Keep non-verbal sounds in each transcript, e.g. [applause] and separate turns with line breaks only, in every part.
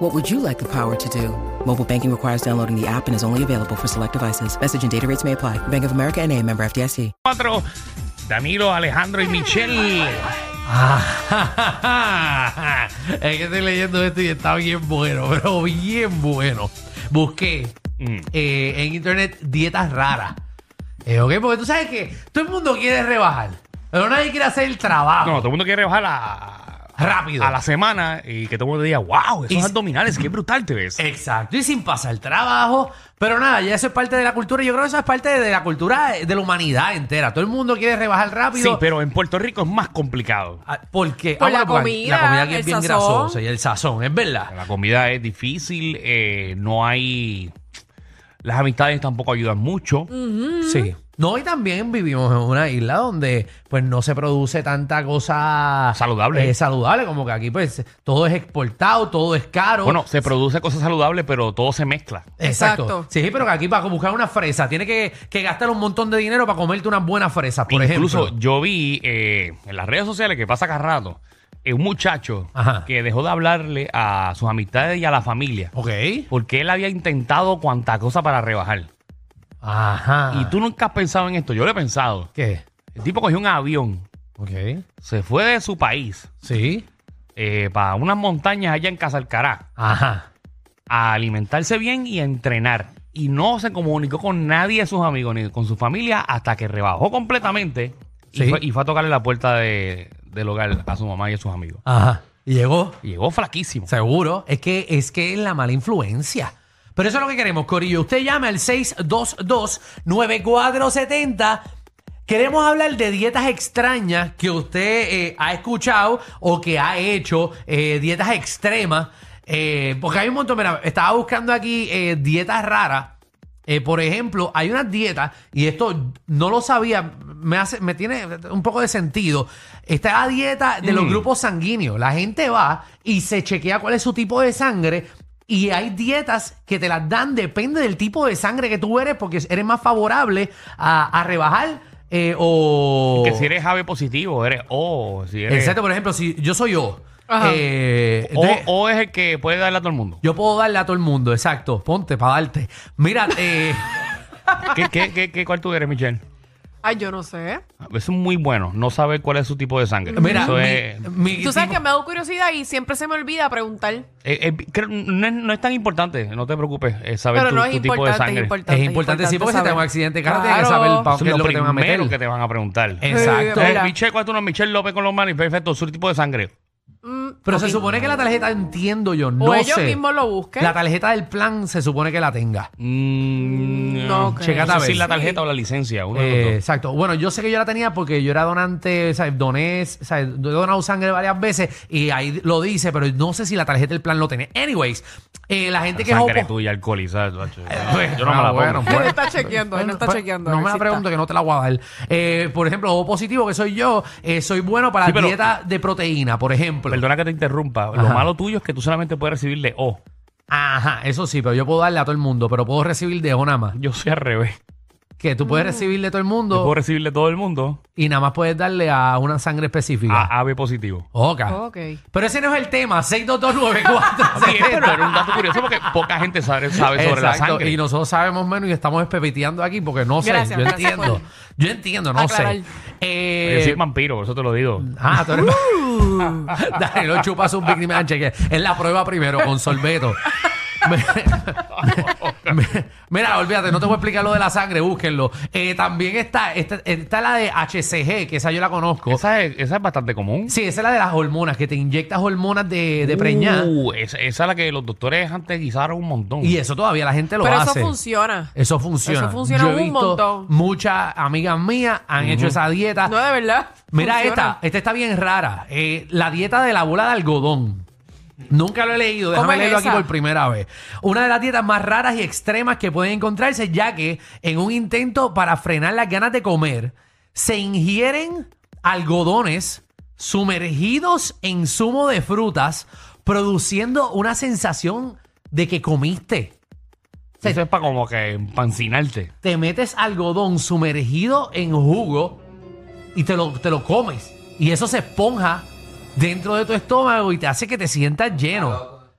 What would you like the power to do? Mobile banking requires downloading the app and is only available for select devices. Message and data rates may apply. Bank of America and a member FDIC.
cuatro, Danilo, Alejandro y Michelle.
Ah, [laughs] es que estoy leyendo esto y está bien bueno, pero bien bueno. Busqué
Mm.
eh, en internet dietas raras. Eh, ok, porque tú sabes que todo el mundo quiere rebajar, pero nadie quiere hacer el trabajo
No, todo el mundo quiere bajar a,
rápido.
a la semana y que todo el mundo diga, wow, esos
Y-
abdominales, qué brutal te ves.
Exacto, y sin pasar trabajo. Pero nada, ya eso es parte de la cultura. Yo creo que eso es parte de la cultura de la humanidad entera. Todo el mundo quiere rebajar rápido.
Sí, pero en Puerto Rico es más complicado.
Ah, ¿Por qué?
Por la
porque
comida,
la comida aquí es
el
bien
sazón.
grasosa y el sazón, es verdad.
La comida es difícil, eh, no hay... Las amistades tampoco ayudan mucho.
Mm, Sí. No, y también vivimos en una isla donde pues no se produce tanta cosa
Saludable.
eh, saludable, como que aquí pues todo es exportado, todo es caro.
Bueno, se produce cosas saludables, pero todo se mezcla.
Exacto.
Exacto.
Sí, pero que aquí para buscar una fresa tienes que, que gastar un montón de dinero para comerte unas buenas fresas, por
Incluso
ejemplo.
yo vi eh, en las redes sociales que pasa cada rato eh, un muchacho
Ajá.
que dejó de hablarle a sus amistades y a la familia
Ok.
porque él había intentado cuanta cosa para rebajar.
Ajá.
Y tú nunca has pensado en esto. Yo lo he pensado.
¿Qué?
El tipo cogió un avión,
Ok.
se fue de su país
Sí.
para unas montañas allá en Casalcará
Ajá.
a alimentarse bien y a entrenar. Y no se comunicó con nadie de sus amigos ni con su familia hasta que rebajó completamente y,
Sí.
fue, y fue a tocarle la puerta de- del hogar a su mamá y a sus amigos.
Ajá. Y llegó.
Y Llegó flaquísimo.
Seguro. Es que es que es la mala influencia. Pero eso es lo que queremos, Corillo. Usted llame al 622-9470. Queremos hablar de dietas extrañas que usted eh, ha escuchado o que ha hecho, eh, dietas extremas. Eh, porque hay un montón, mira, estaba buscando aquí eh, dietas raras. Eh, por ejemplo, hay unas dietas, y esto no lo sabía, me, hace, me tiene un poco de sentido. Está la dieta de los grupos sanguíneos. La gente va y se chequea cuál es su tipo de sangre. Y hay dietas que te las dan, depende del tipo de sangre que tú eres, porque eres más favorable a, a rebajar eh, o.
Que si eres ave positivo, eres O. Si eres,
Exacto, por ejemplo, si yo soy yo.
Ajá.
eh,
o,
entonces-
o es el que puede darle a todo el mundo.
yo puedo darle a todo el mundo, exacto. Ponte para darte. Mira,
[laughs]
eh,
¿Qué, qué, qué, qué- cuál tú eres, Michelle?
Ay, yo no sé.
Eso es Ah, muy bueno, no saber cuál es su tipo de sangre.
mira,
Eso
mi-
es-
mi
Tú sabes
tipo-
que me ha dado curiosidad y siempre se me olvida preguntar.
Eh, eh, creo- no, es, no es tan importante, no te preocupes, eh, saber
Pero
tu,
no es
tu tipo de
importante,
sangre.
es importante.
Es importante, sí, porque si te
saber.
da un accidente, claro, tienes que saber pa-
Eso es
¿Qué
lo
es lo que te van a
primero que
meter?
te van a preguntar.
Exacto.
Sí,
Eh,
mira.
Michelle, ¿cuál es tu nombre? Michelle López con los manos. Perfecto, su tipo de sangre.
Mm,
Pero
ok.
se supone que la tarjeta, entiendo yo, no
O ellos
sé.
mismos lo busquen.
La tarjeta del plan se supone que la tenga.
Mm,
no creo.
Checate a
sé si
ver.
la tarjeta o la licencia. uno de
Eh,
los dos.
exacto. Bueno, yo sé que yo la tenía porque yo era donante, ¿sabes? Doné, ¿sabes? He donado sangre varias veces y ahí lo dice, pero no sé si la tarjeta del plan lo tiene. Anyways, eh, la gente que es
sangre
opo-
tuya alcoholizada. macho.
Eh,
Yo no me
ah,
la
bueno,
pongo.
Él
bueno.
[laughs] está chequeando, él no está
Bueno, pues,
chequeando. a
No
ver
me
si
la
está.
pregunto que no te la voy a dar. Eh, por ejemplo, O positivo que soy yo, eh, soy bueno para
Sí,
la
pero-
dieta de proteína, por ejemplo.
Perdona que te interrumpa. Lo
Ajá.
malo tuyo es que tú solamente puedes recibirle O.
Ajá, eso sí, pero yo puedo darle a todo el mundo, pero puedo recibir de O nada más.
Yo soy al revés.
Que tú
Mm.
puedes recibir de todo el
Yo puedo
mundo
recibirle todo el mundo
y nada más puedes darle a una sangre específica.
a AB positivo.
Ok.
Ok.
Pero ese no es el tema, 62294.
Sí, pero era un dato curioso porque poca gente sabe, sabe sobre la
Exacto,
sangre.
Y nosotros sabemos menos y estamos espepiteando aquí porque no sé.
Gracias,
yo
gracias
entiendo.
por
Yo entiendo, no
aclarar.
sé. Eh,
Yo soy vampiro, por eso te lo digo.
Ah, tú eres...
Uh.
[laughs] Dale, lo chupa a sus víctimas al chequear. Es la prueba primero con [laughs] sorbeto. Me- me- Mira, olvídate, no te voy a explicar lo de la sangre, búsquenlo. Eh, también está, está, está la de HCG, que esa yo la conozco.
Esa es, esa es bastante común.
Sí, esa es la de las hormonas, que te inyectas hormonas de, de preñar.
Uh, esa, esa es la que los doctores antes guisaron un montón.
Y eso todavía la gente lo
Pero
hace.
eso funciona.
Eso funciona.
Eso funciona
Yo he
un
visto
montón.
Muchas amigas mías han hecho esa dieta.
No, de verdad.
Mira
funciona.
esta, esta está bien rara. Eh, la dieta de la bola de algodón. Nunca lo he leído,
¿Cómo
déjame
es
leerlo aquí
esa?
por primera vez. Una de las dietas más raras y extremas que pueden encontrarse, ya que en un intento para frenar las ganas de comer, se ingieren algodones sumergidos en zumo de frutas, produciendo una sensación de que comiste. Sí.
Eso es para como que empancinarte.
Te metes algodón sumergido en jugo y te lo, te lo comes. Y eso se esponja dentro de tu estómago y te hace que te sientas lleno.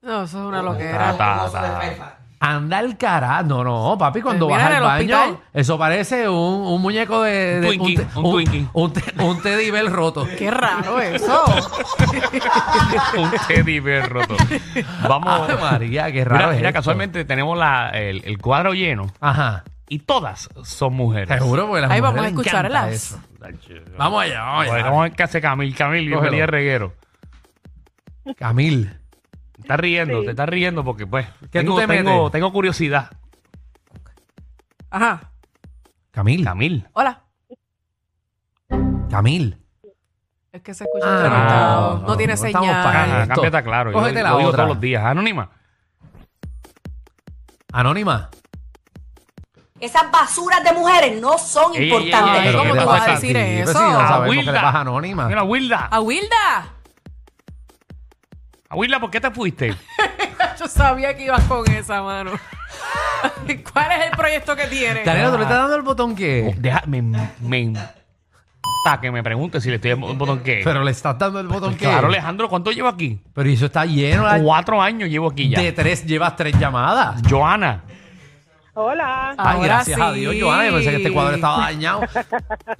No, eso es
Oh,
una
Ta,
ah.
loquera.
ta, ta.
Anda el carajo. No, no, papi, cuando vas
Termina
al
en el
baño,
hospital.
eso parece un, un muñeco de. de-
Twinkie,
te-
un Twinkie.
un te- un Teddy Bell
[laughs]
roto.
Qué raro eso.
[laughs] un teddy bear roto. Vamos.
Ave María, qué raro.
Mira,
es
mira,
esto.
casualmente tenemos la- el, el cuadro lleno
Ajá.
y todas son mujeres.
Seguro, porque las
Ahí vamos
mujeres
a
les encanta
escucharlas.
eso.
Vamos,
Vamos allá, vamos allá.
vamos a ver qué hace Camil. Camil,
Cógelo.
bienvenida Reguero.
Camil.
Te Estás riendo, te estás riendo porque pues
¿Qué
tengo,
tú te metes?
tengo, tengo curiosidad.
Ajá.
Camil.
Camil.
Hola.
Camil.
Es que se escucha
Ah,
entrecortado.
no,
no tiene
no estamos
señal.
para-
Ajá,
Ah, esto.
Cambia está claro. Yo lo
Cógete la
digo
otra.
todos los días. Ah, Anónima.
Anónima.
Esas basuras de mujeres no son
Ey, ey,
importantes.
ey, ey,
¿Cómo
pero
tú
¿qué
vas a
pasa?
decir
Pues Sí,
eso? Ah,
pero sí, no
A
sabemos qué
Wilda.
le pasa a Anónima.
Mira, Wilda.
¡A Wilda! [laughs]
A Wilda, ¿por qué te fuiste?
Eh.
Yo sabía que ibas con esa mano. [laughs] ¿Cuál es el proyecto que tienes?
Daniela, ¿tú le estás dando el botón que?
Oh, Deja, me, me ta, que me pregunte si le estoy dando el botón que.
Pero le estás dando el botón que.
Pues claro, Alejandro, ¿cuánto llevo aquí?
Pero eso está lleno. la-
Cuatro años llevo aquí ya.
De tres, llevas tres llamadas.
Joana.
Hola.
Ahora
Ay, gracias a
sí.
Dios, Joana. Yo pensé que este cuadro estaba
[laughs]
dañado.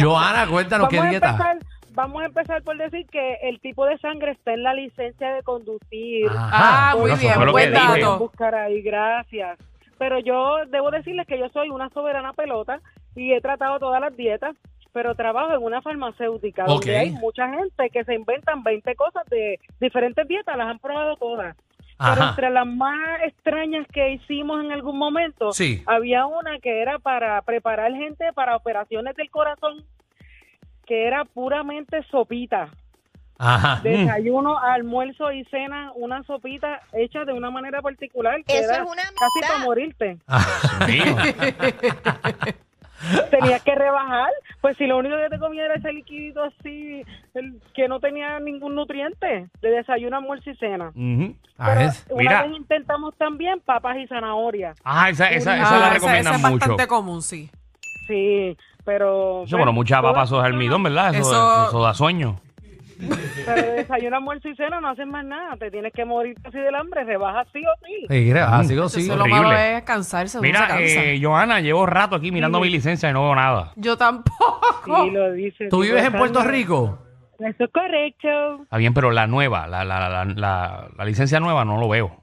Joana, cuéntanos qué
vamos, a
dieta.
empezar, vamos a empezar por decir que el tipo de sangre está en la licencia de conducir.
Ajá.
Ah, muy
Eso
bien,
fue lo
buen
que dije.
Pueden
dato.
buscar ahí, gracias. Pero yo debo decirles que yo soy una soberana pelota y he tratado todas las dietas, pero trabajo en una farmacéutica
Ok.
donde hay mucha gente que se inventan 20 cosas de diferentes dietas, las han probado todas. Pero
Ajá.
entre las más extrañas que hicimos en algún momento,
Sí.
había una que era para preparar gente para operaciones del corazón, que era puramente sopita.
Mm.
Ajá.
Desayuno, almuerzo y cena, una sopita hecha de una manera particular. Que
Eso
era
es una
casi
mierda.
para morirte.
Ah, Mío. ah.
Tenías que rebajar, pues si lo único que te comía era ese liquidito así, el- que no tenía ningún nutriente, de desayuno, almuerzo y cena.
Ujú.
Ah, es-
Una
mira.
vez intentamos también papas y zanahorias.
Ah, esa, esa, esa
Ah,
la
esa-
recomiendan
esa es
mucho.
bastante común, sí.
Sí, pero... pues,
Yo, bueno, muchas
todas
papas, eso es
esas-
almidón, ¿verdad? Eso,
Eso-
eso da sueño.
Pero de desayuno, almuerzo y cena no haces más nada. Te tienes que morir así del hambre. Rebaja sí o sí.
Sí, mira, así consigo.
Eso lo
horrible.
malo es cansarse. uno se
Mira,
cansa.
eh, Joana, llevo rato aquí mirando mi licencia y no veo nada.
Yo tampoco.
Sí, lo dice.
Oh. ¿Tú
sí,
vives en
bastante.
Puerto Rico?
Eso es correcto.
Está bien, pero la nueva, la, la, la, la- la licencia nueva no lo veo.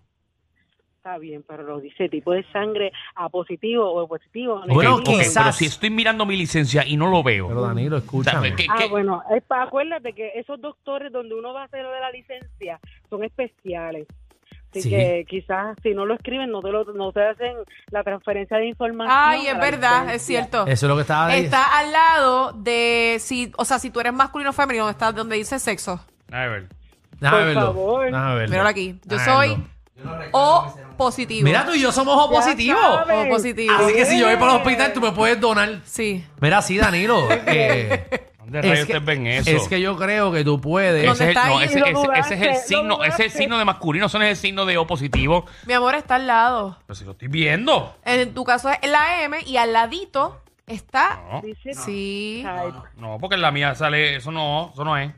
Está bien, pero lo dice tipo de sangre a positivo o positivo.
Bueno,
Ok, ok,
negativo.
quizás.
pero si estoy mirando mi licencia y no lo veo.
Pero Danilo, escúchame.
¿Qué-
Ah,
qué-
bueno, es pa- acuérdate que esos doctores donde uno va a hacer lo de la licencia son especiales. Así
Sí.
que quizás si no lo escriben no te, lo, no te hacen la transferencia de información.
Ay, es
a la
verdad, es
licencia.
cierto.
Eso es lo que estaba diciendo.
Está al lado de si, o sea, si tú eres masculino o femenino, donde está donde dice sexo.
A ver.
Déjame
Por
verlo.
favor.
Déjame verlo.
Míralo aquí. Yo
Déjame
soy
verlo.
O positivo.
Ah, Mira, tú y yo somos O
Ya
positivos.
sabes.
O positivo.
Así que si yo voy para el hospital, tú me puedes donar.
Sí.
Mira, sí, [laughs] Danilo. eh,
¿Dónde rayos ustedes ven eso?
es que yo creo que tú puedes.
ese
¿Dónde
es, el-
está
no,
ahí?
ese,
Lo
ese- ese es el
dudaste, lo
signo, ese es el
dudaste.
signo de masculino, eso no es el signo de O positivo.
Mi amor está al lado.
Pero si lo estoy viendo.
En tu caso es la M y al ladito está.
No,
Dice
Sí.
type,
no, porque en la mía sale, eso no, eso no es.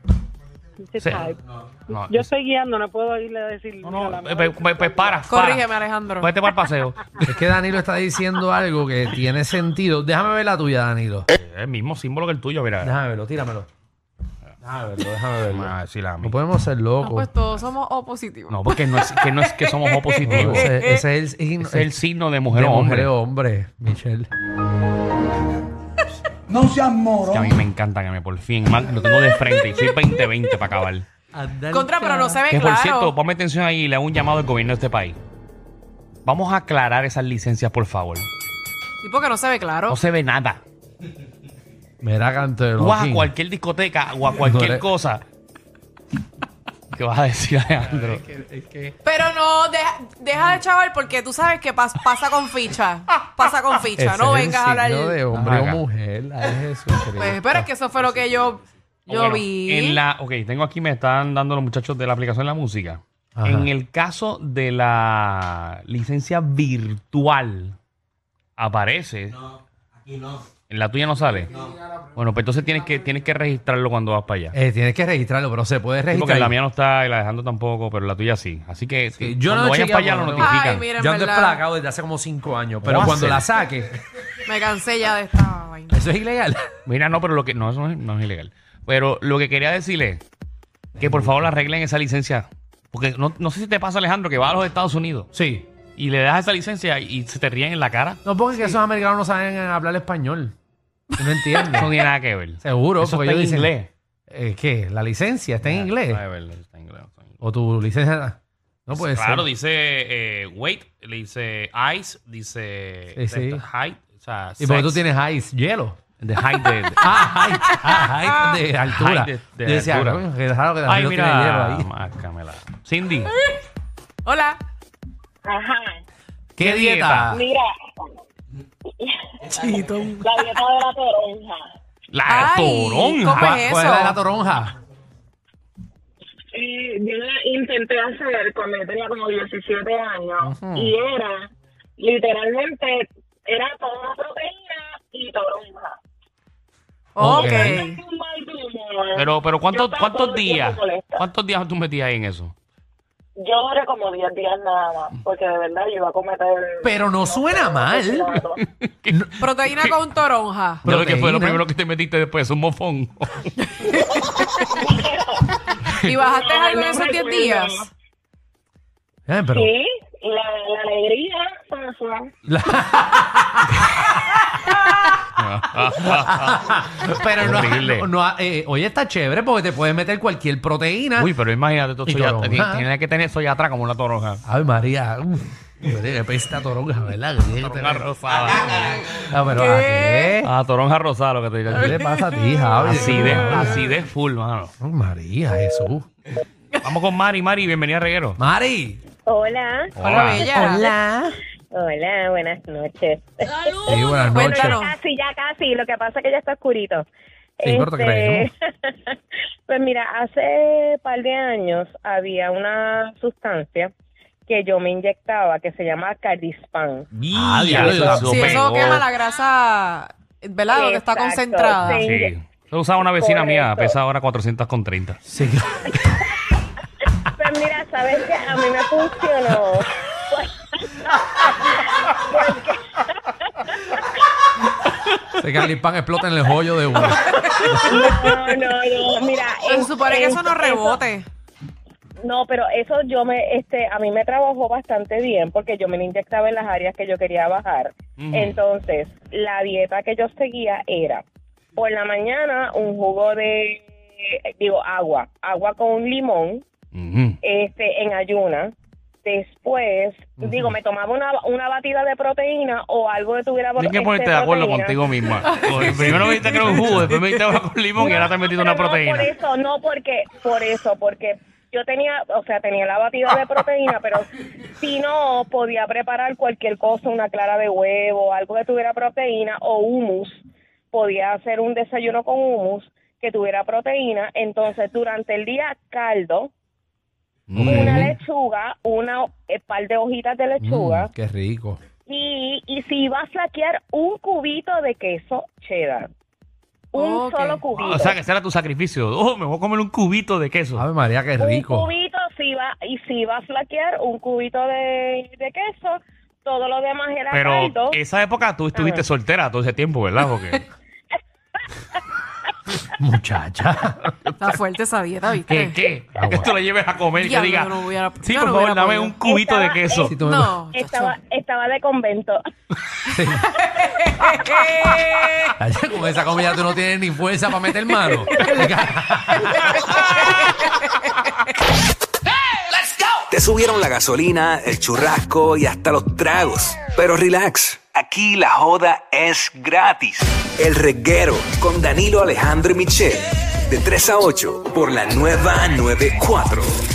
Sí.
dice type.
No,
Yo estoy guiando, no puedo irle a decir.
no,
a
no,
la
eh,
madre.
pues, pues, pues para,
Corrígeme,
para.
Alejandro.
Vete para el paseo.
Es que Danilo está diciendo algo que tiene sentido. Déjame ver la tuya, Danilo.
Es el mismo símbolo que el tuyo, mira.
Déjame verlo, tíramelo. Déjame verlo, déjame verlo.
Ah, sí, la
No
mía.
podemos ser
Ah,
locos.
pues todos somos O positivos.
No, porque no es que, no es que somos O
No, [laughs]
positivos.
ese, ese es el signo
Es el signo de
de
mujer
mujer
o hombre.
o hombre, Michelle.
No seas
Que a
moro.
mí me encanta que me por fin, man, lo tengo de frente y soy 20-20 para acabar.
Contra, pero no se ve
Que
Pues claro.
por cierto, ponme atención ahí, le hago un llamado al gobierno de este país. Vamos a aclarar esas licencias, por favor.
Sí, porque no se ve claro.
No se ve nada.
Mira, canto de
Tú vas a
Loki.
cualquier discoteca o a cualquier
No le-
cosa ¿Qué vas a decir, Alejandro?
Pero no, deja, deja de chaval porque tú sabes que pas- pasa con ficha. Pasa con ficha.
Ese
no
es el
vengas a hablar.
signo de hombre
Ajá.
o mujer. Ay, Jesucristo.
Pues, pero es que eso fue lo que yo, yo
Oh, Bueno,
vi.
En la, ok, tengo aquí, me están dando los muchachos de la aplicación la música.
Ajá.
En el caso de la licencia virtual, aparece. No, aquí no. En la tuya no sale. Bueno, pues entonces tienes que, tienes que registrarlo cuando vas para allá.
Eh, tienes que registrarlo, pero se puede
Sí, porque
registrar.
la mía no está y la dejando tampoco, pero la tuya sí. Así que
Sí,
sí,
yo
cuando
no he
vayas para allá lo
chequeado, no.
notifican.
Ay, mira, en
Yo ando
verdad,
esplagado desde hace como cinco años, pero
¿Cómo
cuando
hacer?
la saque,
me cansé ya de esta vaina.
eso es ilegal.
Mira, no, pero lo que. No, eso no es, no es ilegal. Pero lo que quería decirle es que por favor arreglen esa licencia. Porque no, no sé si te pasa, Alejandro, que vas a los Estados Unidos
Sí.
y le das esa licencia y se te ríen en la cara.
No, porque que esos americanos no saben hablar español.
[laughs]
No entiendo.
Eso no tiene nada que ver.
[laughs] Seguro,
Eso
porque
está en
ellos dicen-
inglés.
Eh, ¿Qué? ¿La licencia está en inglés?
Ah, es verdad, está en inglés. está en inglés.
¿O tu licencia? No puede
claro,
ser.
dice eh, weight, le dice ice, dice
Sí, sí.
height. O sea,
¿Y por qué
[laughs]
tú
sex.
tienes ice? ¿Hielo?
The height de- de-
[laughs] Ah, height.
[laughs]
Ah, height de altura.
Height de- de
Yo decía,
altura.
coño, qué raro que la
Ay,
gente tiene hielo
mira,
ahí.
márcamela. Cindy,
Hola.
Ajá.
¿Qué,
dieta?
dieta?
Mira, la dieta de la toronja.
la
Ay,
toronja.
¿cómo
¿Cuál,
es
cuál es
eso?
la de la toronja?
Eh, yo la intenté hacer cuando yo tenía como 17 años
Ujú.
y era literalmente era toda proteína y toronja.
Oh,
Ok.
Ok.
Un mal tumor.
Pero, pero
Yo
¿cuántos,
estaba todo
¿cuántos
el tiempo
días?
molesta.
¿Cuántos días tú metías ahí en eso?
Yo duré como 10 días nada más, porque de verdad yo iba a cometer...
Pero no suena mal.
[laughs]
Proteína con toronja.
Yo creo que fue lo
Proteína.
primero que te metiste después, un mofón. [laughs]
¿Y bajaste
No,
algo en
no
esos 10
recuerdo.
días?
Ay, Eh, pero-
Sí, la, la alegría, Sasha.
[laughs] Pero no,
Horrible.
no, no, eh, oye, está chévere porque te puedes meter cualquier
[laughs]
proteína.
Uy, pero imagínate, tú
Y
soy
toronja.
tienes que tener soy atrás como una toronja.
Ay, María. Uf, Qué pesta toronja, ¿verdad? Que tiene que
Toronja
tener-
rosada.
Ah, pero, ¿a
Eh.
¿Qué?
Ah, toronja rosada, lo que te digo.
¿Qué le pasa a ti, Javi?
Así de, así de full, mano.
Ay, María, Jesús.
Vamos con Mari, Mari, bienvenida a Reguero.
Mari.
Hola,
Hola, bella.
Hola.
hola, buenas noches.
Sí, buenas noches.
Ya
Cuéntanos.
casi, ya casi, lo que pasa es que ya está oscurito. Este,
Sí, corto que le
[laughs] pues mira, hace par de años había una sustancia que yo me inyectaba que se llama
[laughs]
Cardispan.
Ah, diablo, eso
Si eso
pegó.
quema la grasa, ¿verdad? Donde está
Exacto,
concentrada.
sí.
Sí. Lo usaba una vecina mía,
Correcto.
pesa ahora 430.
Sí.
Pues mira, sabes que a mí me funcionó.
Ese Carlipan explota en el hoyo de uno.
No, no, no, mira.
Se
en-
supone que
en-
eso no rebote.
No, pero eso yo me, este, a mí me trabajó bastante bien porque yo me lo inyectaba en las áreas que yo quería bajar. Entonces, la dieta que yo seguía era por la mañana un jugo de, digo, agua, agua con un limón,
Ujú.
este, en ayuna. Después, digo, me tomaba una, una batida de proteína o algo que tuviera
Tienes que
este,
ponerte de acuerdo
proteína.
contigo
[laughs]
misma. Porque Primero me diste que era un jugo, después me diste agua con limón y ahora te has metido
pero
una proteína.
No, por eso, no, porque, por eso, porque yo tenía, o sea, tenía la batida de proteína,
[laughs]
pero si no, podía preparar cualquier cosa, una clara de huevo, algo que tuviera proteína o humus. Podía hacer un desayuno con humus que tuviera proteína. Entonces, durante el día, caldo,
Mm.
una lechuga, una eh, par de hojitas de lechuga.
Mm, qué rico.
Y, y si iba a flaquear un cubito de queso cheddar. Un
Ok.
solo cubito.
Ah, O sea, que ese era tu sacrificio. Oh, me voy a comer un cubito de queso.
Ave María, qué rico.
Un cubito si iba, y si iba a flaquear, un cubito de, de queso, todo lo demás era
Pero
caldo.
esa época tú estuviste soltera todo ese tiempo, ¿verdad? Porque
Muchacha.
Está fuerte esa dieta,
¿qué?
¿viste?
qué?
Ah,
Que tú lo lleves a comer y que
Diablo,
diga,
yo no hubiera-
sí,
yo
por
no
favor,
hubiera
dame
podido".
un cubito de
Estaba-
queso.
Si tú me-
No.
Estaba, estaba de convento.
chacho.
Ay, Con esa comida tú no tienes ni fuerza para meter mano.
Te subieron la gasolina, el churrasco y hasta los tragos. Pero relax, aquí la joda es gratis. El reguero con Danilo Alejandro y Michel de 3 a 8 por la nueva 94.